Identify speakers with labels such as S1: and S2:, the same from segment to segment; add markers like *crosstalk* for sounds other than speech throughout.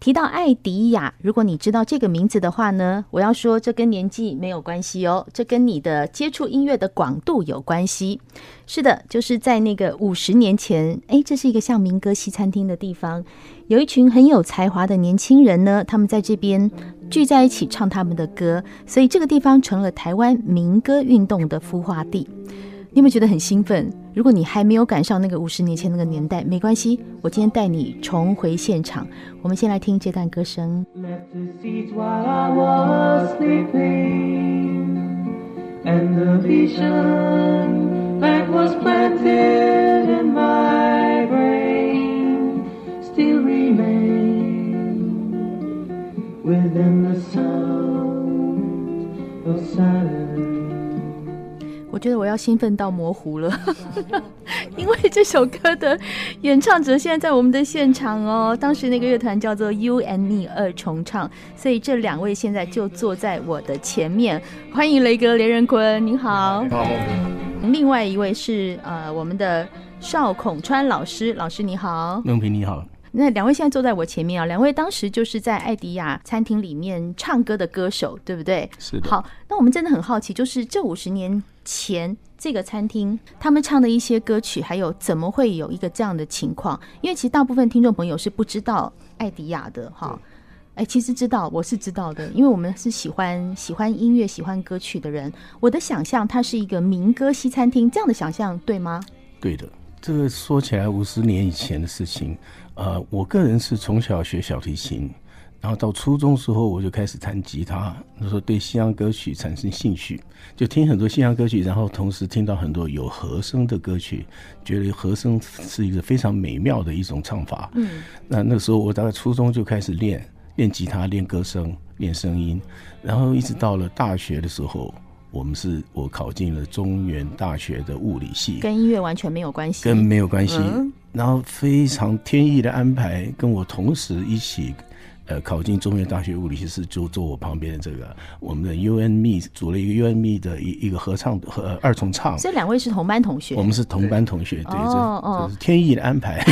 S1: 提到艾迪亚，如果你知道这个名字的话呢，我要说这跟年纪没有关系哦，这跟你的接触音乐的广度有关系。是的，就是在那个五十年前，哎，这是一个像民歌西餐厅的地方，有一群很有才华的年轻人呢，他们在这边聚在一起唱他们的歌，所以这个地方成了台湾民歌运动的孵化地。你有没有觉得很兴奋？如果你还没有赶上那个五十年前那个年代，没关系，我今天带你重回现场。我们先来听这段歌声。
S2: Left the seeds while I was sleeping, and the vision that was planted in my brain still remains within the sound of silence.
S1: 我觉得我要兴奋到模糊了， *laughs* 因为这首歌的演唱者现在在我们的现场哦。当时那个乐团叫做 You and Me 二重唱，所以这两位现在就坐在我的前面。欢迎雷哥、连仁坤，您好。
S3: 好，
S1: 另外一位是呃我们的邵孔川老师，老师你好。
S4: 孟平你好，
S1: 那两位现在坐在我前面啊，两位当时就是在艾迪亚餐厅里面唱歌的歌手，对不对？
S4: 是的
S1: 好，那我们真的很好奇，就是这五十年前这个餐厅他们唱的一些歌曲，还有怎么会有一个这样的情况？因为其实大部分听众朋友是不知道艾迪亚的哈。哎，其实知道，我是知道的，因为我们是喜欢喜欢音乐、喜欢歌曲的人。我的想象，它是一个民歌西餐厅，这样的想象对吗？
S4: 对的。这个说起来五十年以前的事情，呃，我个人是从小学小提琴，然后到初中时候我就开始弹吉他，那时候对西洋歌曲产生兴趣，就听很多西洋歌曲，然后同时听到很多有和声的歌曲，觉得和声是一个非常美妙的一种唱法。嗯，那那时候我大概初中就开始练练吉他、练歌声、练声音，然后一直到了大学的时候。我们是我考进了中原大学的物理系，
S1: 跟音乐完全没有关系。
S4: 嗯跟没有关系。
S1: 嗯
S4: 然后非常天意的安排，跟我同时一起，呃，考进中原大学物理系是就坐我旁边的这个我们的 U N M E 组了一个 U N M E 的一一个合唱和、呃、二重唱，
S1: 这两位是同班同学。
S4: 我们是同班同学，对，这
S1: 哦哦
S4: 这是天意的
S1: *laughs*
S4: 安排。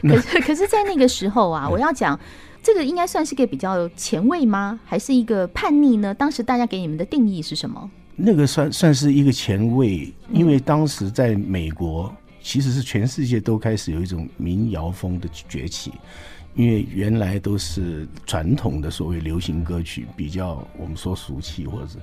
S1: 可是，可是，在那个时候
S4: 嗯
S1: 啊，我要讲，这个应该算是个比较前卫吗？还是一个叛逆呢？当时大家给你们的定义是什么？
S4: 那个算算是一个前卫，
S1: 嗯
S4: 因为当时在美国，其实是全世界都开始有一种民谣风的崛起，因为原来都是传统的所谓流行歌曲，比较我们说俗气，或者是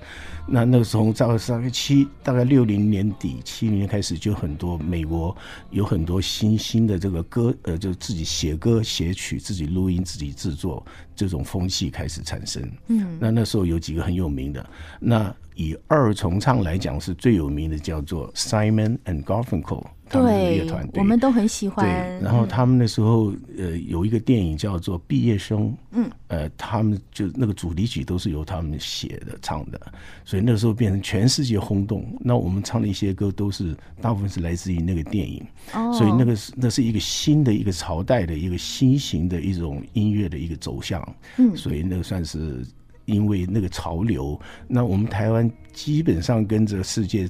S4: 那那个时候到大概七大概六零年底七零年开始，就很多美国有很多新兴的这个歌，呃，就自己写歌写曲，自己录音自己制作这种风气开始产生。嗯，那那时候有几个很有名的，那以二重唱来讲是最有名的，叫做 Simon and Garfunkel 他们的乐团，对
S1: 我们都很喜欢嗯
S4: 对。，然后他们那时候呃有一个电影叫做《毕业生》，嗯，呃，他们就那个主题曲都是由他们写的唱的，所以那时候变成全世界轰动。那我们唱的一些歌都是大部分是来自于那个电影，
S1: 哦
S4: 所以那个是那是一个新的一个朝代的一个新型的一种音乐的一个走向，嗯，所以那个算是。因为那个潮流，那我们台湾基本上跟着世界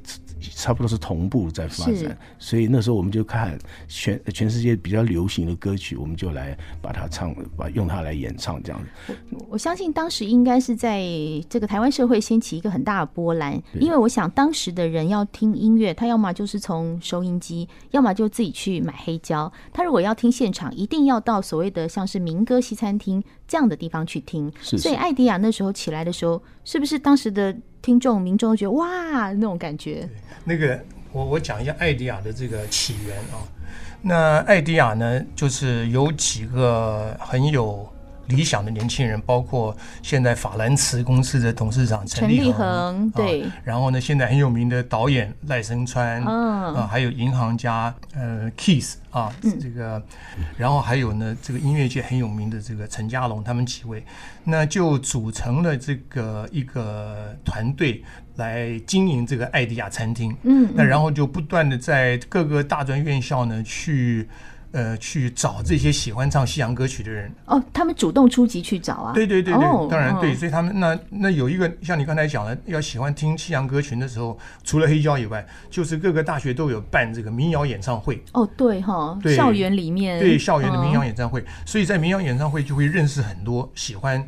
S4: 差不多是同步在发
S1: 是
S4: 展，所以那时候我们就看全全世界比较流行的歌曲，我们就来把它唱，把用它来演唱这样子。
S1: 我相信当时应该是在这个台湾社会掀起一个很大的波澜，因为我想当时的人要听音乐，他要么就是从收音机，要么就自己去买黑胶。他如果要听现场，一定要到所谓的像是民歌西餐厅这样的地方去听。
S4: 是
S1: 所以艾迪亚那时候起来的时候，是不是当时的听众民众都觉得哇那种感觉？
S5: 那个我我讲一下艾迪亚的这个起源啊。那艾迪亚呢，就是有几个很有理想的年轻人，包括现在法兰茨公司的董事长陈
S1: 陈立
S5: 立
S1: 恒
S5: 恒，
S1: 对
S5: 啊然后呢，现在很有名的导演赖声川，
S1: 嗯
S5: 啊，还有银行家呃 Keith 啊，这个，然后还有呢，这个音乐界很有名的这个陈嘉龙，他们几位，那就组成了这个一个团队来经营这个艾迪亚餐厅，
S1: 嗯
S5: 那然后就不断的在各个大专院校呢去。呃，去找这些喜欢唱西洋歌曲的人，
S1: 哦，他们主动出击去找啊，
S5: 对对对对，
S1: 哦
S5: 当然对，
S1: 嗯
S5: 所以他们那那有一个像你刚才讲的，要喜欢听西洋歌曲的时候，除了黑胶以外，就是各个大学都有办这个民谣演唱会，
S1: 哦，对哈，
S5: 对
S1: 校园里面
S5: 对校园的民谣
S1: 嗯
S5: 演唱会，所以在民谣演唱会就会认识很多喜欢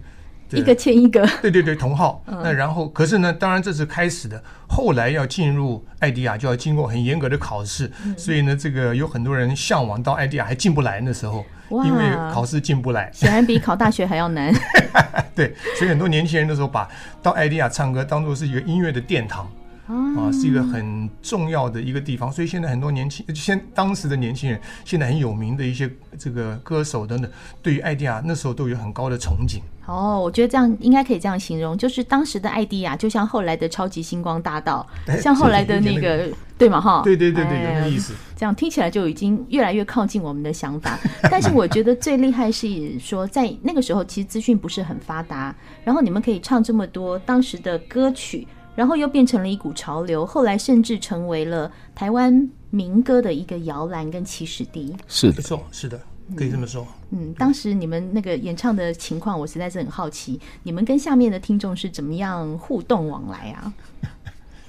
S5: 的
S1: 一个嗯欠一个，
S5: 对对对，同号。那然后，可是呢，当然这是开始的，后来要进入艾迪亚就要经过很严格的考试，
S1: 嗯
S5: 所以呢，这个有很多人向往到艾迪亚还进不来那时候，
S1: 哇
S5: 因为考试进不来。
S1: 显然比考大学还要难。 *laughs*
S5: *laughs* 对，所以很多年轻人那时候把到艾迪亚唱歌当做是一个音乐的殿堂。啊，是一个很重要的一个地方，所以现在很多年轻，呃现当时的年轻人，现在很有名的一些这个歌手等等，对于艾迪亚那时候都有很高的憧憬。
S1: 哦，我觉得这样应该可以这样形容，就是当时的艾迪亚就像后来的超级星光大道，
S5: 哎
S1: 像后来的那
S5: 有点
S1: 个对嘛哈？
S5: 对对对对，有那
S1: 哎
S5: 个意思。
S1: 这样听起来就已经越来越靠近我们的想法。 *laughs* 但是我觉得最厉害是说，在那个时候其实资讯不是很发达，然后你们可以唱这么多当时的歌曲，然后又变成了一股潮流，后来甚至成为了台湾民歌的一个摇篮跟起始地。
S4: 是
S5: 没
S4: 的，
S5: 错，是的，可以这么说。
S1: 嗯，当时你们那个演唱的情况，我实在是很好奇，你们跟下面的听众是怎么样互动往来啊？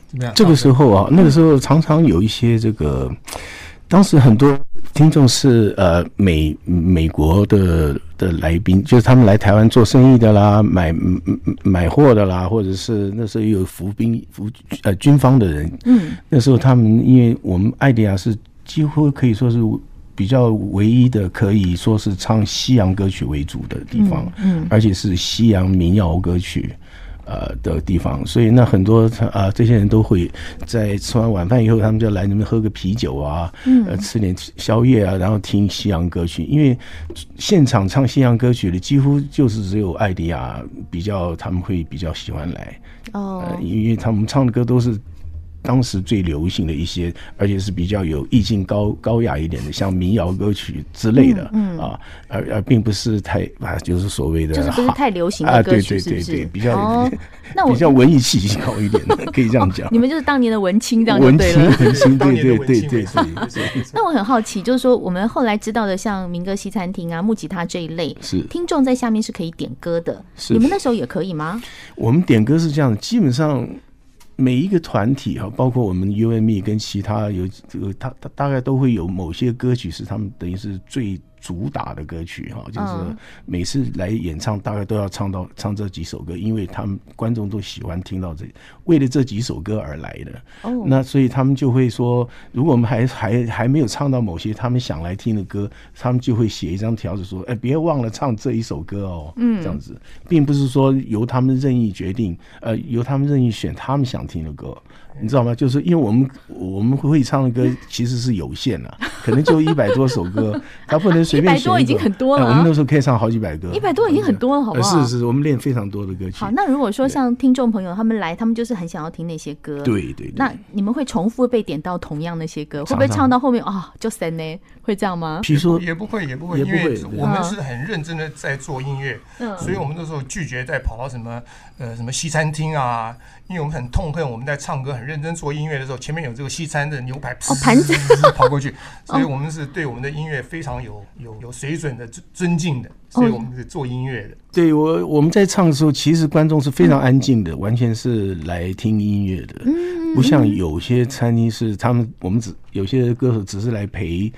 S5: 怎么样？
S4: 嗯这个时候啊，那个时候常常有一些这个，当时很多听众是呃美美国的的来宾，就是他们来台湾做生意的啦，买嗯嗯嗯买货的啦，或者是那时候有服兵服呃军方的人，
S1: 嗯，
S4: 那时候他们因为我们艾迪亚是几乎可以说是比较唯一的，可以说是唱西洋歌曲为主的地方，嗯，而且是西洋民谣歌曲。呃的地方，所以那很多啊、这些人都会在吃完晚饭以后，他们就来你们喝个啤酒啊，嗯、呃，吃点宵夜啊，然后听西洋歌曲，因为现场唱西洋歌曲的几乎就是只有艾迪亚比较，他们会比较喜欢来，
S1: 哦，
S4: 呃，因为他们唱的歌都是当时最流行的一些，而且是比较有意境高高雅一点的，像民谣歌曲之类的，嗯啊，而而并不是太啊，就是所谓的
S1: 就是不是
S4: 哈
S1: 太流行的
S4: 啊，
S1: 歌
S4: 对
S1: 曲，
S4: 对
S1: 是不
S4: 对
S1: 是？
S4: 对，比较、
S1: 哦，那我
S4: 比较文艺气息高一点 *laughs* 的，可以这样讲。
S1: 你们就是当年的文青这样就
S4: 文
S1: 对
S4: 青
S1: 了。
S4: 文青，
S5: 当
S4: 对
S5: 年的
S4: 对
S5: 文
S4: 对
S5: 青
S4: 对
S5: 没错 *laughs*
S4: 对对，
S1: 那我很好奇，就是说我们后来知道的，像民歌西餐厅啊、木吉他这一类，
S4: 是
S1: 听众在下面是可以点歌的。
S4: 是
S1: 你们那时候也可以吗？
S4: 我们点歌是这样的，基本上每一个团体哈，包括我们 U M E 跟其他有这个，他他大概都会有某些歌曲是他们等于是最主打的歌曲哈，就是
S1: 嗯
S4: 每次来演唱大概都要唱到唱这几首歌，因为他们观众都喜欢听到这，为了这几首歌而来的。
S1: 哦
S4: 那所以他们就会说，如果我们还还还没有唱到某些他们想来听的歌，他们就会写一张条子说，哎，别忘了唱这一首歌哦，嗯，这样子，并不是说由他们任意决定，呃，由他们任意选他们想听的歌，你知道吗？就是因为我们我们会唱的歌其实是有限的、
S1: *laughs*
S4: 可能就一百多首歌，他不能随便选
S1: 100多
S4: 一
S1: 已经
S4: 个
S1: 很多了
S4: 哎我们那时候可以唱好几百歌，
S1: 100多已经很多了好不好
S4: 呃是是，我们练非常多的歌曲，
S1: 好，那如果说像听众朋友他们来，他们就是很想要听那些歌，
S4: 对对对。
S1: 那你们会重复被点到同样那些歌，会不会
S4: 常常
S1: 唱到后面啊、就神呢？会这样吗？
S4: 比如说
S5: 也不会，也不会，
S4: 也
S5: 因
S4: 不会
S5: 为
S4: 对
S5: 我们是很认真的在做音乐，
S1: 嗯
S5: 所以我们那时候拒绝再跑到什么呃什么西餐厅啊，因为我们很痛恨我们在唱歌很认真做音乐的时候，前面有这个西餐的牛排
S1: 哦盘子哦
S5: 噗 *laughs* 跑
S1: *laughs*
S5: 过去，所以我们是对我们的音乐非常有有有水准的尊尊敬的，所以
S1: 哦
S5: 我们是做音乐的。
S4: 对我，我们在唱的时候，其实观众是非
S1: 嗯
S4: 常安静的，完全是来听音乐的，
S1: 嗯
S4: 不像有些餐厅是他们，我们只有些歌手只是来陪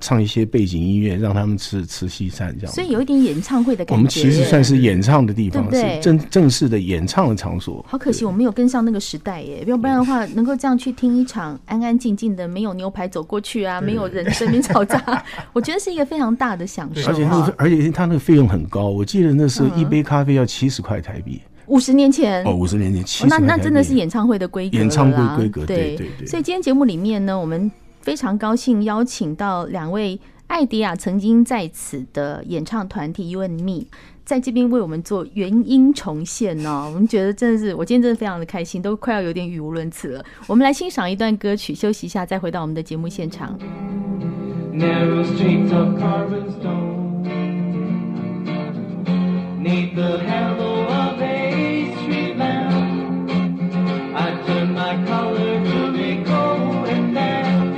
S4: 唱一些背景音乐，让他们吃吃西餐这样。
S1: 所以有一点演唱会的感觉。
S4: 我们其实算是演唱的地
S1: 对
S4: 方，
S1: 不对
S4: 是正正式的演唱的场所。
S1: 好可惜，我没有跟上那个时代耶，要不然的话，能够这样去听一场安安静静的，没有牛排走过去啊，没有人身边嘈杂， *laughs* 我觉得是一个非常大的享受啊
S4: 而且那
S1: 哈
S4: 个，。而且他那个费用很高，我记得那时候
S1: 嗯
S4: 一杯咖啡要七十块台币。
S1: 五十年前，
S4: 哦，五十年前
S1: 哦
S4: 七十
S1: 那
S4: 块台币。
S1: 那真的是演唱会的规格了啦，
S4: 演唱会规格
S1: 对
S4: 对对对
S1: 所以今天节目里面呢，我们非常高兴邀请到两位艾迪亚曾经在此的演唱团体 U and Me。在这边为我们做原音重现哦。我们觉得真的是，我今天真的非常的开心，都快要有点语无伦次了。我们来欣赏一段歌曲，休息一下，再回到我们的节目现场。
S2: narrow streets of carbon stone. Neath the halo of a street lamp, I turn my collar to be cold and damp.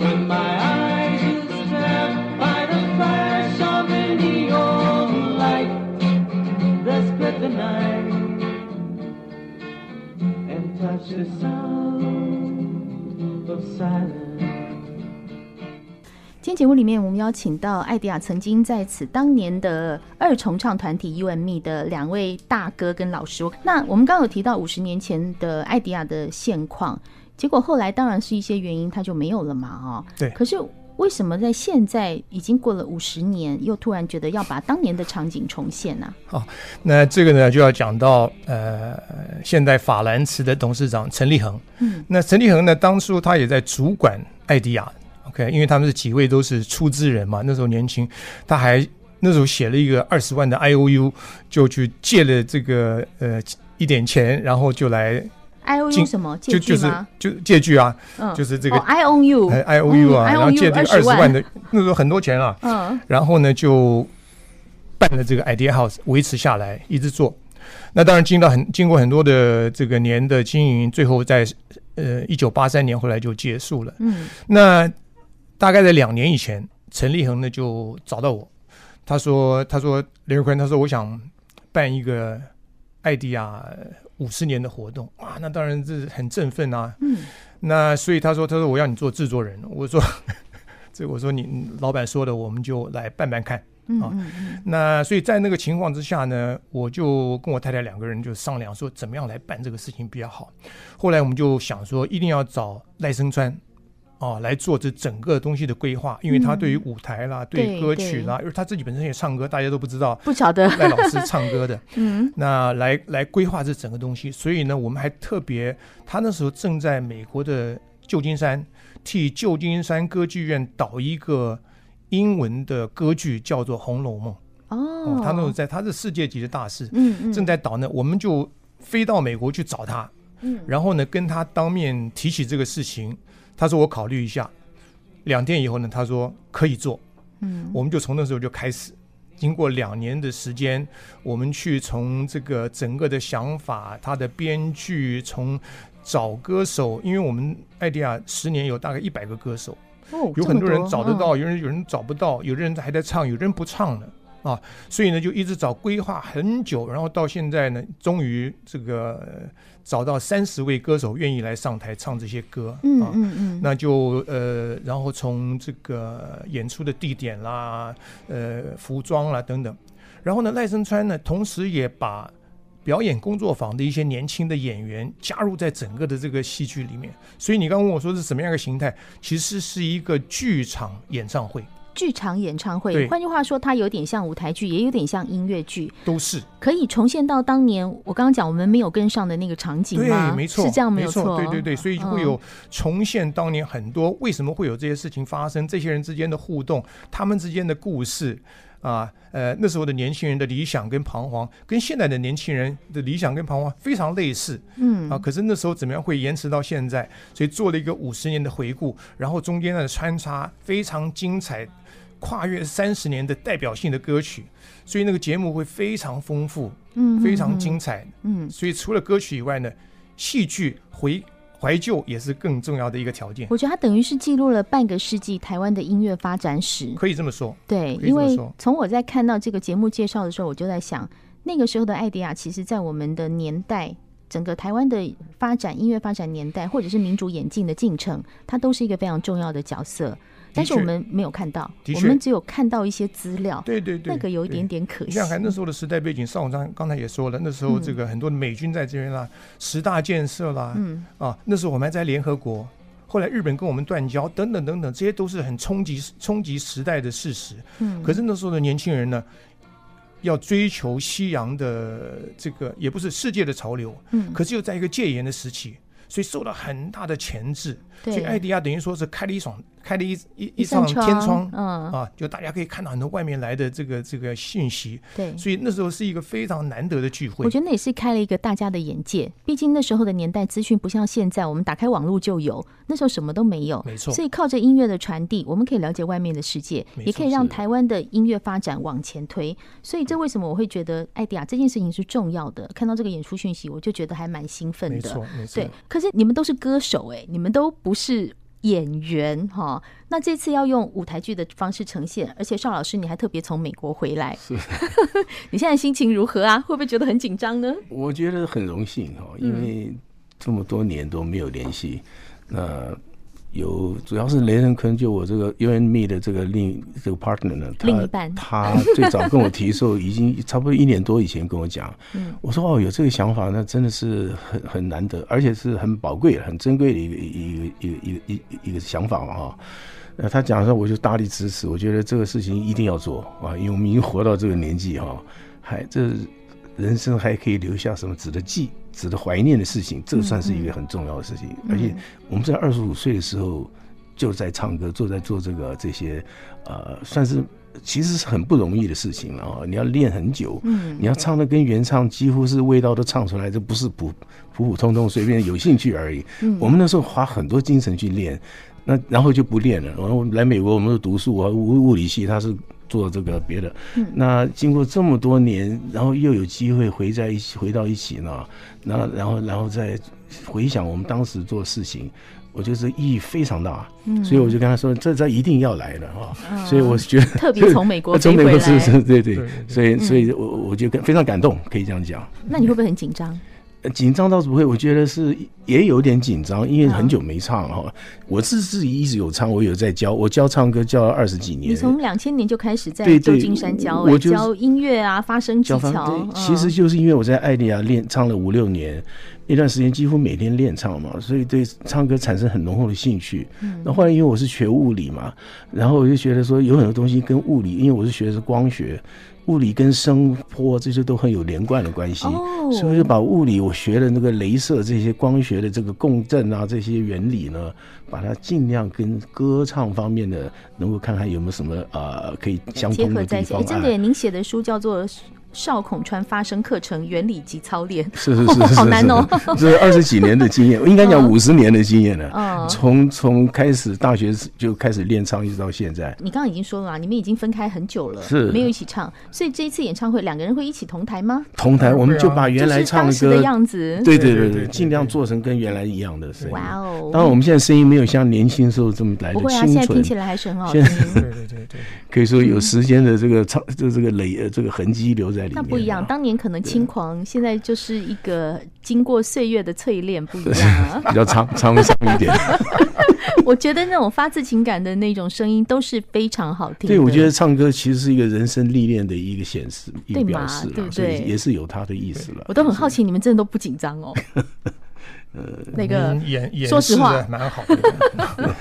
S2: When my eyes are stabbed by the flash of a neon light, that split the night and touch the sound of silence.
S1: 今天节目里面，我们邀请到艾迪亚曾经在此当年的二重唱团体 U M E 的两位大哥跟老师。那我们刚刚有提到五十年前的艾迪亚的现况，结果后来当然是一些原因，他就没有了嘛，哦。
S5: 对
S1: 可是为什么在现在已经过了五十年，又突然觉得要把当年的场景重现呢、
S5: 那这个呢，就要讲到呃，现代法兰茨的董事长陈立恒。
S1: 嗯，
S5: 那陈立恒呢，当初他也在主管艾迪亚，OK，因为他们是几位都是出资人嘛，那时候年轻，他还那时候写了一个二十万的 IOU，就去借了这个呃一点钱，然后就来
S1: i O U
S5: 进
S1: 什么借
S5: 就
S1: 据
S5: 就是
S1: 吗？
S5: 就借据啊，
S1: 嗯，
S5: 就是这个
S1: 哦、I O U，
S5: 呃 IOU 啊，
S1: 嗯
S5: 然后
S1: IOU
S5: 借这个二
S1: 20
S5: 十万的，那时候很多钱啊，
S1: 嗯
S5: 然后呢就办了这个 Idea House，维持下来，一直做。那当然，经到很经过很多的这个年的经营，最后在呃一九八三年后来就结束了。
S1: 嗯
S5: 那大概在两年以前，陈立恒呢就找到我，他说：“他说刘玉坤，他说我想办一个艾迪亚五十年的活动哇，那当然这很振奋啊。
S1: 嗯
S5: 那所以他说，他说我要你做制作人，我说 *laughs* 这我说你你老板说的，我们就来办办看。
S1: 嗯
S5: 啊
S1: 嗯嗯，
S5: 那所以在那个情况之下呢，我就跟我太太两个人就商量说，怎么样来办这个事情比较好。后来我们就想说，一定要找赖声川。哦，来做这整个东西的规划，因为他对于舞台啦、
S1: 对
S5: 嗯对歌曲啦，因为他自己本身也唱歌，大家都不知道
S1: 不晓得，
S5: 赖老师唱歌 *laughs* 的，
S1: 嗯
S5: 那来来规划这整个东西。所以呢，我们还特别，他那时候正在美国的旧金山替旧金山歌剧院导一个英文的歌剧，叫做《红楼梦》。
S1: 哦
S5: 哦，，他那时候在，他是世界级的大师，
S1: 嗯嗯
S5: 正在导呢，我们就飞到美国去找他，
S1: 嗯
S5: 然后呢跟他当面提起这个事情，他说我考虑一下，两天以后呢，他说可以做，
S1: 嗯
S5: 我们就从那时候就开始。经过两年的时间，我们去从这个整个的想法、他的编剧，从找歌手，因为我们艾迪亚十年有大概一百个歌手，
S1: 哦
S5: 有
S1: 这
S5: 很
S1: 么
S5: 多人找得
S1: 嗯
S5: 到，有人有人找不到，有的人还在唱，有的人不唱了啊，所以呢就一直找规划很久，然后到现在呢，终于这个呃找到三十位歌手愿意来上台唱这些歌
S1: 嗯
S5: 啊。
S1: 嗯嗯，
S5: 那就呃，然后从这个演出的地点啦，呃，服装啦等等，然后呢，赖声川呢，同时也把表演工作坊的一些年轻的演员加入在整个的这个戏剧里面。所以你刚问我说是什么样一个形态，其实是一个剧场演唱会，
S1: 剧场演唱会，
S5: 对
S1: 换句话说，它有点像舞台剧，也有点像音乐剧，
S5: 都是
S1: 可以重现到当年我刚刚讲我们没有跟上的那个场景
S5: 对
S1: 吗？，
S5: 没错，
S1: 是这样，没
S5: 没
S1: 有哦嗯
S5: 对对对，所以就会有重现当年很多为什么会有这些事情发生，这些人之间的互动，他们之间的故事。啊，呃，那时候的年轻人的理想跟彷徨，跟现在的年轻人的理想跟彷徨非常类似
S1: 嗯
S5: 啊。可是那时候怎么样会延迟到现在？所以做了一个五十年的回顾，然后中间的穿插非常精彩，跨越三十年的代表性的歌曲，所以那个节目会非常丰富，
S1: 嗯
S5: 非常精彩。
S1: 嗯。
S5: 所以除了歌曲以外呢，戏剧回怀旧也是更重要的一个条件，
S1: 我觉得它等于是记录了半个世纪台湾的音乐发展史，
S5: 可以这么说。
S1: 对，
S5: 可以
S1: 因
S5: 这么
S1: 为
S5: 说
S1: 从我在看到这个节目介绍的时候，我就在想，那个时候的艾迪亚，其实在我们的年代，整个台湾的发展音乐发展年代，或者是民主演进的进程，它都是一个非常重要的角色。但是我
S5: 确
S1: 们没有看到，
S5: 的
S1: 我
S5: 确
S1: 们只有看到一些资料，
S5: 对对对，
S1: 那个有一
S5: 对
S1: 点。点可
S5: 你
S1: 惜
S5: 想。看那时候的时代背景，邵章刚才也说了，那时候这个很多的美军在这边啦，十大建设啦，
S1: 嗯
S5: 啊，那时候我们还在联合国，后来日本跟我们断交，等等等等，这些都是很冲击冲击时代的事实。
S1: 嗯，
S5: 可是那时候的年轻人呢，要追求西洋的这个，也不是世界的潮流，
S1: 嗯
S5: 可是又在一个戒严的时期，所以受到很大的钳制。
S1: 对
S5: 所以艾迪亚等于说是开了一扇开了一一
S1: 一
S5: 一扇
S1: 扇窗
S5: 天窗，
S1: 嗯
S5: 啊，就大家可以看到很多外面来的这个这个讯息。
S1: 对
S5: 所以那时候是一个非常难得的聚会。
S1: 我觉得那也是开了一个大家的眼界，毕竟那时候的年代资讯不像现在，我们打开网络就有，那时候什么都没有，
S5: 没错
S1: 所以靠着音乐的传递，我们可以了解外面的世界，
S5: 没错
S1: 也可以让台湾的音乐发展往前推。所以这为什么我会觉得艾迪亚这件事情是重要的？看到这个演出讯息，我就觉得还蛮兴奋
S5: 没
S1: 的
S5: 错。，没错。
S1: 对，可是你们都是歌手哎、你们都不是演员哈。那这次要用舞台剧的方式呈现，而且邵老师你还特别从美国回来， *laughs* 你现在心情如何啊？会不会觉得很紧张
S4: *laughs*
S1: 呢？
S4: 我觉得很荣幸哈，
S1: 嗯
S4: 因为这么多年都没有联系，那有主要是雷仁坤，就我这个 U N Me 的这个另这个 partner 呢，他
S1: 另一半
S4: 他最早跟我提的时候，已经差不多一年多以前跟
S1: *laughs*
S4: 我讲，
S1: 嗯
S4: 我说哦有这个想法，那真的是很很难得，而且是很宝贵、很珍贵的一个一个一个一个一个一个一个想法嘛哈。那他讲的时候，我就大力支持。我觉得这个事情一定要做啊，因为我们已经活到这个年纪哈、还这人生还可以留下什么值得记、值得怀念的事情，这个算是一个很重要的事情。而且我们在二十五岁的时候就在唱歌，就在做这个这些，呃，算是其实是很不容易的事情了啊、你要练很久，嗯，你要唱的跟原唱几乎是味道都唱出来，这不是普普普通通随便有兴趣而已。我们那时候花很多精神去练。那然后就不练了。然后来美国，我们是读书，我物物理系，他是做这个别的。那经过这么多年，然后又有机会回在一起，回到一起呢，那然后然后再回想我们当时做事情。我觉得这意义非常大，啊所以我就跟他说，这这一定要来的哈、所以我觉得
S1: 特别从美国
S4: 哎从美
S1: 飞回
S4: 国
S1: 来嗯
S4: 是是，对对
S5: 对对
S4: 所以所以我我就跟非常感动，可以这样讲。
S1: 那你会不会很紧张？
S4: 呃紧张倒是不会，我觉得是也有点紧张，因为
S1: 嗯
S4: 很久没唱哈。我是自己一直有唱，我有在教，我教唱歌教了二十几年。
S1: 你从两千年就开始在
S4: 对
S1: 旧
S4: 对
S1: 金山教、
S4: 我
S1: 欸、
S4: 就是
S1: 教音乐啊、发声技
S4: 教方
S1: 巧，嗯
S4: 对，其实就是因为我在艾利亚练唱了五六年，那段时间几乎每天练唱嘛，所以对唱歌产生很浓厚的兴趣。
S1: 嗯
S4: 那后来因为我是学物理嘛，然后我就觉得说有很多东西跟物理，因为我是学的是光学。物理跟声波这些都很有连贯的关系，
S1: 哦
S4: 所以我就把物理我学的那个镭射这些光学的这个共振啊这些原理呢，把它尽量跟歌唱方面的能够看看有没有什么呃可以相
S1: 嗯、结
S4: 通
S1: 合
S4: 的
S1: 在
S4: 地
S1: 一起。
S4: 方
S1: 哎、
S4: 啊。
S1: 真的耶，您写的书叫做《邵孔川发声课程原理及操练》，*laughs*
S4: 是是是是是，
S1: 好难哦。
S4: *laughs* 这是二十几年的经验，我应该讲五十年的经验了
S1: 嗯。
S4: 从从开始大学就开始练唱，一直到现在。
S1: 你刚刚已经说了嘛，你们已经分开很久了，
S4: 是
S1: 没有一起唱，所以这一次演唱会两个人会一起同台吗？
S4: 同台，我们
S5: 对啊
S4: 就把原来
S1: 就是
S4: 唱
S1: 当
S4: 的
S1: 时
S4: 歌，
S1: 的样子，
S4: 对对
S5: 对对
S4: 对
S5: 对
S4: 对，
S5: 对
S4: 尽量做成跟原来一样的声音。
S1: 哇哦，
S4: 当然，我们现在声音没有像年轻时候这么来的
S1: 不会啊，
S4: 清
S1: 现在听
S4: 纯，
S1: 起来还是很好听
S4: 现，
S5: 对对对对，
S4: 可以说有时间的这个唱，这这个累呃这个痕迹留在里面
S1: 那
S4: 啊。
S1: 不一样，当年可能轻狂，现在就是一个经过岁月的淬炼，不一样
S4: *laughs*
S1: 啊。
S4: *laughs* 比较沧沧桑
S1: *laughs*
S4: 一点。
S1: 我觉得那种发自情感的那种声音都是非常好听的。
S4: 对，我觉得唱歌其实是一个人生历练的一个显示，一个
S1: 对嘛
S4: 表示
S1: 对
S4: 了，
S1: 不
S4: 所以
S1: 对
S4: 也是有它的意思了
S1: 我。都很好奇，你们真的都不紧张
S4: *laughs*
S1: 哦？ *laughs* 那个
S5: 嗯，
S1: *laughs*
S5: 演演
S1: 说实
S5: 示
S1: 话
S5: 得蛮好的。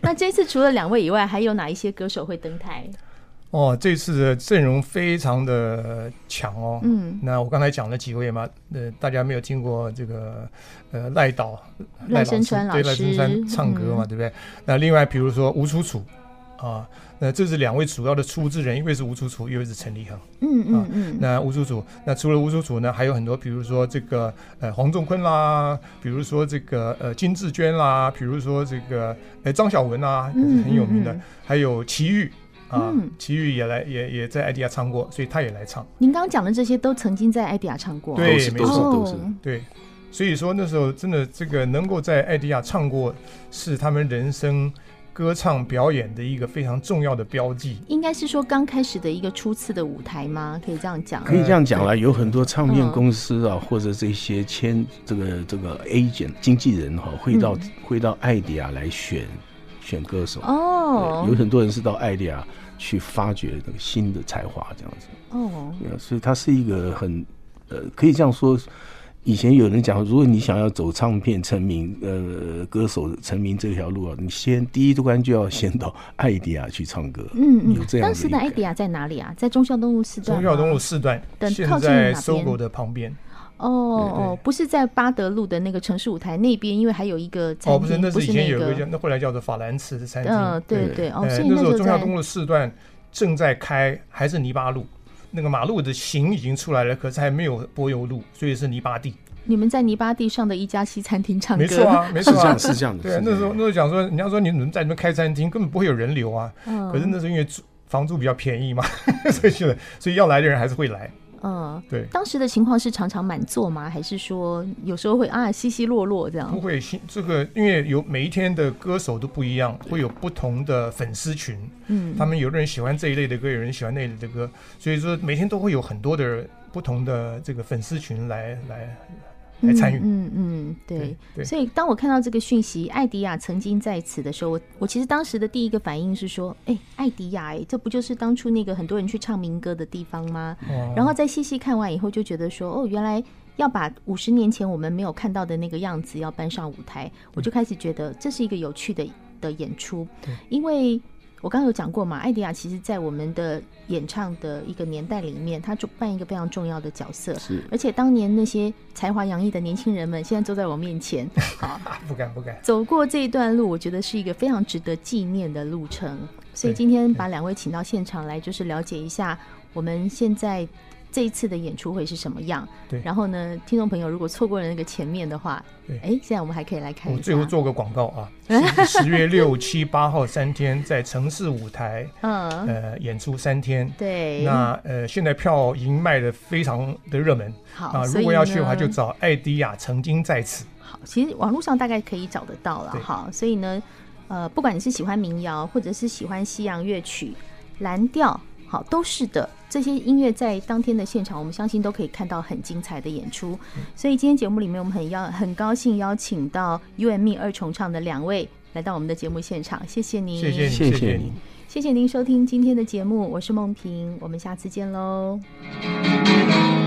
S1: 那这次除了两位以外，还有哪一些歌手会登台？
S5: 哦，这次的阵容非常的强哦。
S1: 嗯，
S5: 那我刚才讲了几位嘛，呃，大家没有听过这个呃赖导
S1: 赖
S5: 赖
S1: 声川老
S5: 对赖声川
S1: 师嗯
S5: 唱歌嘛，对不对？那另外比如说吴楚楚啊，那这是两位主要的出资人，一位是吴楚楚，一位是陈立恒。
S1: 嗯
S5: 啊
S1: 嗯嗯，
S5: 那吴楚楚，那除了吴楚楚呢，还有很多，比如说这个呃黄仲坤啦，比如说这个呃金志娟啦，比如说这个呃张晓雯啦，也是很有名的，
S1: 嗯嗯嗯
S5: 还有齐豫啊
S1: 嗯，
S5: 齐豫、也来也也在艾迪亚唱过，所以他也来唱，
S1: 您刚刚讲的这些都曾经在艾迪亚唱过。
S5: 对
S4: 都是
S5: 没
S4: 都是
S1: 哦
S4: 都是。
S5: 对。所以说那时候真的这个能够在艾迪亚唱过，是他们人生歌唱表演的一个非常重要的标记。
S1: 应该是说刚开始的一个初次的舞台吗？可以这样讲。
S4: 可以这样讲啦，有很多唱片
S1: 嗯
S4: 公司啊，或者这些签这个这个 agent 经纪人哈、会到、会到艾迪亚来选选歌手。
S1: 嗯哦
S4: 对有很多人是到艾迪亚去发掘那个新的才华，这样子。
S1: 哦，
S4: 呃对啊所以它是一个很呃，可以这样说，以前有人讲，如果你想要走唱片成名，呃，歌手成名这条路啊，你先第一关就要先到艾迪亚去唱歌。
S1: 嗯
S4: 有这
S1: 嗯，
S4: 样
S1: 当时的艾迪
S4: 亚
S1: 亚在哪里啊？在忠孝东路四段吗。
S5: 忠孝东路四段，
S1: 等
S5: 现
S1: 靠近哪
S5: 在
S1: 边
S5: 搜狗的旁边。
S1: 哦
S5: 对
S1: 哦，不是在巴德路的那个城市舞台那边，因为还有一个餐
S5: 哦，
S1: 厅，
S5: 不是，那是以前
S1: 那
S5: 有一个叫
S1: 个，
S5: 那后来叫做法兰茨的餐厅。
S1: 嗯，对
S4: 对
S1: 对，哦，
S5: 呃
S1: 所以
S5: 那
S1: 那
S5: 时
S1: 时
S5: 候
S1: 候
S5: 中孝
S1: 在
S5: 东路四段正在开，还是泥巴路，那个马路的形已经出来了，可是还没有柏油路，所以是泥巴地。
S1: 你们在泥巴地上的一家西餐厅唱歌，
S5: 没错啊，没
S4: 是
S5: 错
S4: 这
S5: 啊
S4: 样，。是这样的。
S5: 对
S4: 是
S5: 啊，
S4: 这样
S5: 那时候
S4: 的
S5: 那时候讲说，人家说你们在那边开餐厅，根本不会有人流啊。
S1: 嗯，
S5: 可是那时候因为租房租比较便宜嘛， *laughs* 所以去了，所以要来的人还是会来。
S1: 嗯，
S5: 对，
S1: 当时的情况是常常满座吗？还是说有时候会啊稀稀落落这样
S5: 不？会新这个，因为有每一天的歌手都不一样，会有不同的粉丝群，
S1: 嗯
S5: 他们有的人喜欢这一类的歌，有人喜欢那一类的歌，所以说每天都会有很多的不同的这个粉丝群来来来参与。
S1: 嗯嗯嗯，对。
S5: 对
S1: 所以当我看到这个讯息，艾迪亚曾经在此的时候，我我其实当时的第一个反应是说，哎，艾迪亚，哎，这不就是当初那个很多人去唱民歌的地方吗？
S5: 哦
S1: 嗯然后再细细看完以后，就觉得说，哦，原来要把五十年前我们没有看到的那个样子要搬上舞台，我就开始觉得这是一个有趣的的演出
S5: 对，
S1: 因为。我刚刚有讲过嘛，艾迪亚其实，在我们的演唱的一个年代里面，他就扮一个非常重要的角色。
S4: 是
S1: 而且当年那些才华洋溢的年轻人们，现在坐在我面
S5: *laughs*
S1: 前，好，
S5: 啊不敢不敢，
S1: 走过这一段路，我觉得是一个非常值得纪念的路程。所以
S5: 对
S1: 今天把两位请到现场来，就是了解一下我们现在这一次的演出会是什么样。
S5: 对
S1: 然后呢，听众朋友如果错过了那个前面的话，
S5: 对
S1: 哎，现在我们还可以来看一
S5: 我
S1: 下。
S5: 最后做个广告
S1: *laughs*
S5: 啊，十月六、七、八号三天在城市舞台
S1: 嗯，
S5: 呃演出三天。
S1: 对，
S5: 那呃，现在票已经卖的非常的热门
S1: 好，
S5: 啊！
S1: 所
S5: 如果
S1: 以
S5: 要去的话，
S1: 呢
S5: 就找艾迪亚曾经在此。
S1: 好，其实网络上大概可以找得到了
S5: 对
S1: 哈。所以呢，呃，不管你是喜欢民谣，或者是喜欢西洋乐曲、蓝调，好，都是的。这些音乐在当天的现场，我们相信都可以看到很精彩的演出。
S5: 嗯
S1: 所以今天节目里面，我们很邀很高兴邀请到 U M E 二重唱的两位来到我们的节目现场，谢谢您，
S5: 谢谢你，
S4: 谢
S5: 谢
S4: 谢
S5: 你
S4: 你。。
S1: 谢谢您收听今天的节目，我是梦萍，我们下次见喽。
S2: Thank